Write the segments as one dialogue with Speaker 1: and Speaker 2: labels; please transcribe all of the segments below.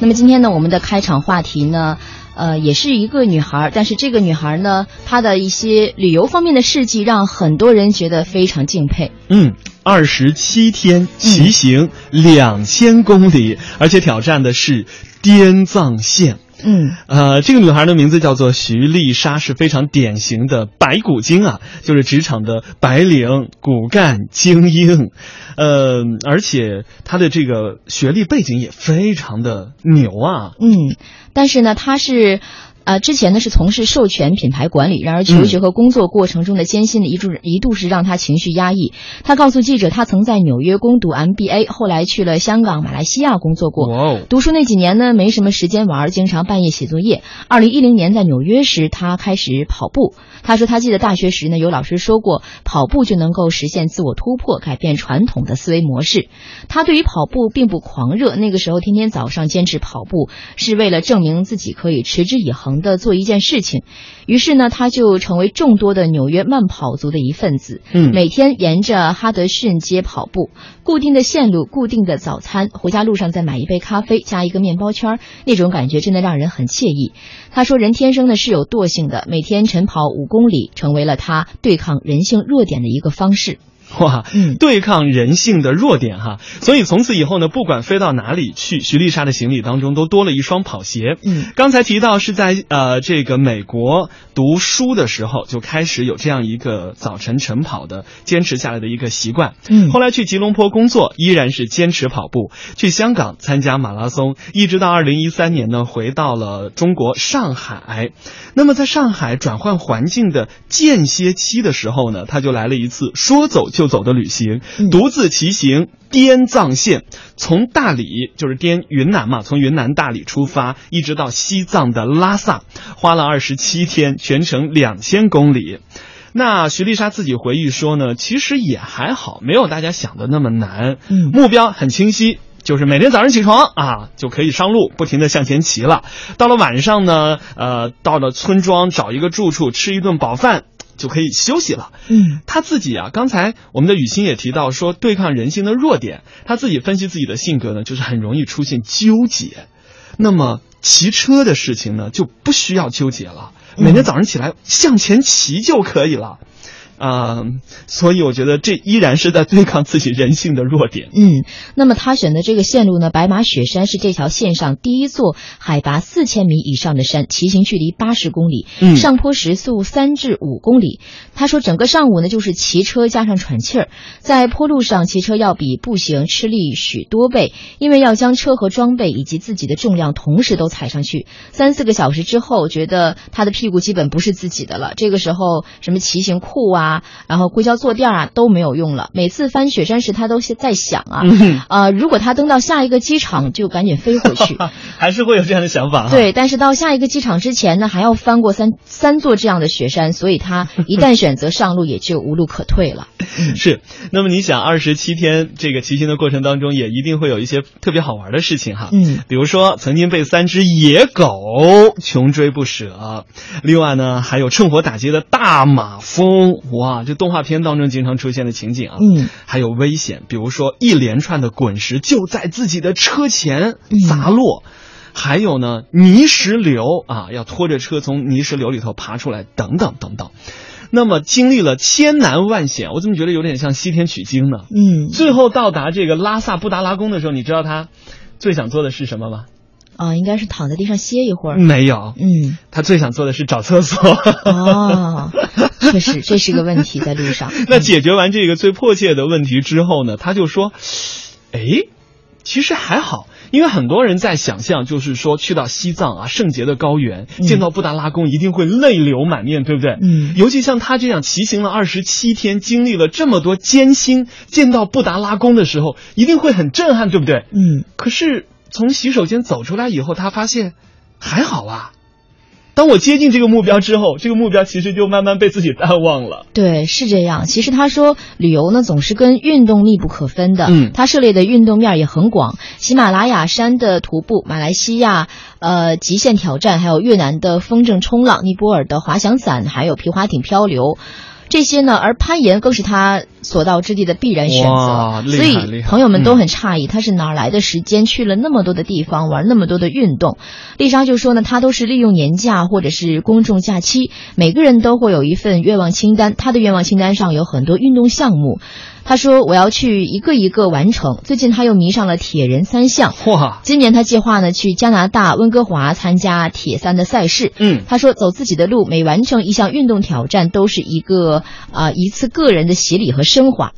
Speaker 1: 那么今天呢，我们的开场话题呢，呃，也是一个女孩儿，但是这个女孩儿呢，她的一些旅游方面的事迹，让很多人觉得非常敬佩。
Speaker 2: 嗯，二十七天骑行两千公里，而且挑战的是滇藏线。
Speaker 1: 嗯
Speaker 2: 呃，这个女孩的名字叫做徐丽莎，是非常典型的白骨精啊，就是职场的白领、骨干、精英。呃，而且她的这个学历背景也非常的牛啊。
Speaker 1: 嗯，但是呢，她是。啊、之前呢是从事授权品牌管理，然而求学和工作过程中的艰辛呢，一度一度是让她情绪压抑。她告诉记者，她曾在纽约攻读 MBA，后来去了香港、马来西亚工作过。
Speaker 2: 哇哦！
Speaker 1: 读书那几年呢，没什么时间玩，经常半夜写作业。二零一零年在纽约时，他开始跑步。他说，他记得大学时呢，有老师说过，跑步就能够实现自我突破，改变传统的思维模式。他对于跑步并不狂热，那个时候天天早上坚持跑步，是为了证明自己可以持之以恒的做一件事情。于是呢，他就成为众多的纽约慢跑族的一份子。
Speaker 2: 嗯，
Speaker 1: 每天沿着哈德逊街跑步，固定的线路，固定的早餐，回家路上再买一杯咖啡，加一个面包圈儿，那种感觉真的让人很惬意。他说，人天生呢是有惰性的，每天晨跑五公里，成为了他对抗人性弱点的一个方式。
Speaker 2: 哇，
Speaker 1: 嗯
Speaker 2: 对抗人性的弱点哈。所以从此以后呢，不管飞到哪里去，徐丽莎的行李当中都多了一双跑鞋。
Speaker 1: 嗯
Speaker 2: 刚才提到是在呃这个美国读书的时候就开始有这样一个早晨晨跑的坚持下来的一个习惯。
Speaker 1: 嗯
Speaker 2: 后来去吉隆坡工作，依然是坚持跑步；去香港参加马拉松，一直到二零一三年呢，回到了中国上海。那么在上海转换环境的间歇期的时候呢，他就来了一次说走就走的旅行，
Speaker 1: 嗯
Speaker 2: 独自骑行滇藏线，从大理就是滇云南嘛，从云南大理出发，一直到西藏的拉萨，花了二十七天，全程两千公里。那徐丽莎自己回忆说呢，其实也还好，没有大家想的那么难。
Speaker 1: 嗯
Speaker 2: 目标很清晰，就是每天早上起床啊就可以上路，不停的向前骑了。到了晚上呢，呃，到了村庄找一个住处吃一顿饱饭就可以休息了。
Speaker 1: 嗯
Speaker 2: 他自己啊，刚才我们的雨欣也提到说，对抗人性的弱点，他自己分析自己的性格呢，就是很容易出现纠结。那么骑车的事情呢，就不需要纠结了，每天早上起来向前骑就可以了。啊、所以我觉得这依然是在对抗自己人性的弱点。
Speaker 1: 嗯，那么他选的这个线路呢，白马雪山是这条线上第一座海拔四千米以上的山，骑行距离八十公里，
Speaker 2: 嗯
Speaker 1: 上坡时速三至五公里。他说，整个上午呢就是骑车加上喘气儿，在坡路上骑车要比步行吃力许多倍，因为要将车和装备以及自己的重量同时都踩上去。三四个小时之后，觉得他的屁股基本不是自己的了。这个时候，什么骑行裤啊，然后硅胶坐垫啊都没有用了。每次翻雪山时，他都是在想啊，
Speaker 2: 嗯，
Speaker 1: 呃，如果他登到下一个机场，就赶紧飞回去。
Speaker 2: 还是会有这样的想法、啊。，
Speaker 1: 对，但是到下一个机场之前呢，还要翻过三三座这样的雪山，所以他 一旦选择上路，也就无路可退了。
Speaker 2: 是。那么你想，二十七天这个骑行的过程当中，也一定会有一些特别好玩的事情哈。
Speaker 1: 嗯
Speaker 2: 比如说，曾经被三只野狗穷追不舍；啊另外呢，还有趁火打劫的大马蜂，哇，这动画片当中经常出现的情景啊。
Speaker 1: 嗯
Speaker 2: 还有危险，比如说一连串的滚石就在自己的车前
Speaker 1: 嗯
Speaker 2: 砸落。还有呢，泥石流啊，要拖着车从泥石流里头爬出来，等等等等。那么经历了千难万险，我怎么觉得有点像西天取经呢？
Speaker 1: 嗯
Speaker 2: 最后到达这个拉萨布达拉宫的时候，你知道他最想做的是什么吗？
Speaker 1: 啊、应该是躺在地上歇一会儿。
Speaker 2: 没有，
Speaker 1: 嗯
Speaker 2: 他最想做的是找厕所。
Speaker 1: 哦，确实这是个问题，在路 上。
Speaker 2: 那解决完这个最迫切的问题之后呢，他就说：“哎，其实还好，因为很多人在想象，就是说去到西藏啊，圣洁的高原，
Speaker 1: 嗯
Speaker 2: 见到布达拉宫一定会泪流满面，对不对？
Speaker 1: 嗯
Speaker 2: 尤其像他这样骑行了二十七天，经历了这么多艰辛，见到布达拉宫的时候，一定会很震撼，对不对？
Speaker 1: 嗯
Speaker 2: 可是从洗手间走出来以后，他发现还好啊。”当我接近这个目标之后，这个目标其实就慢慢被自己淡忘了。
Speaker 1: 对，是这样。其实他说，旅游呢总是跟运动密不可分的。
Speaker 2: 嗯
Speaker 1: 他涉猎的运动面儿也很广，喜马拉雅山的徒步、马来西亚呃极限挑战，还有越南的风筝冲浪、尼泊尔的滑翔伞，还有皮划艇漂流。这些呢，而攀岩更是他所到之地的必然选
Speaker 2: 哇
Speaker 1: 择。
Speaker 2: 厉害
Speaker 1: 所
Speaker 2: 厉
Speaker 1: 以
Speaker 2: 害
Speaker 1: 朋友们都
Speaker 2: 嗯
Speaker 1: 很诧异，他是哪儿来的时间去了那么多的地方，玩那么多的运动？丽莎就说呢，她都是利用年假或者是公众假期，每个人都会有一份愿望清单，她的愿望清单上有很多运动项目。她说我要去一个一个完成。最近她又迷上了铁人三项。
Speaker 2: 哇，
Speaker 1: 今年她计划呢去加拿大温哥华参加铁三的赛事，
Speaker 2: 嗯，
Speaker 1: 他说：“走自己的路，每完成一项运动挑战，都是一个啊、一次个人的洗礼和升华，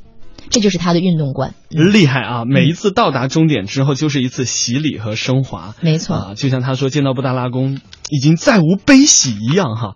Speaker 1: 这就是他的运动观。嗯
Speaker 2: 厉害啊！每一次到达终点之后，就是一次洗礼和升华。
Speaker 1: 没错，
Speaker 2: 啊，就像他说，见到布达拉宫已经再无悲喜一样哈。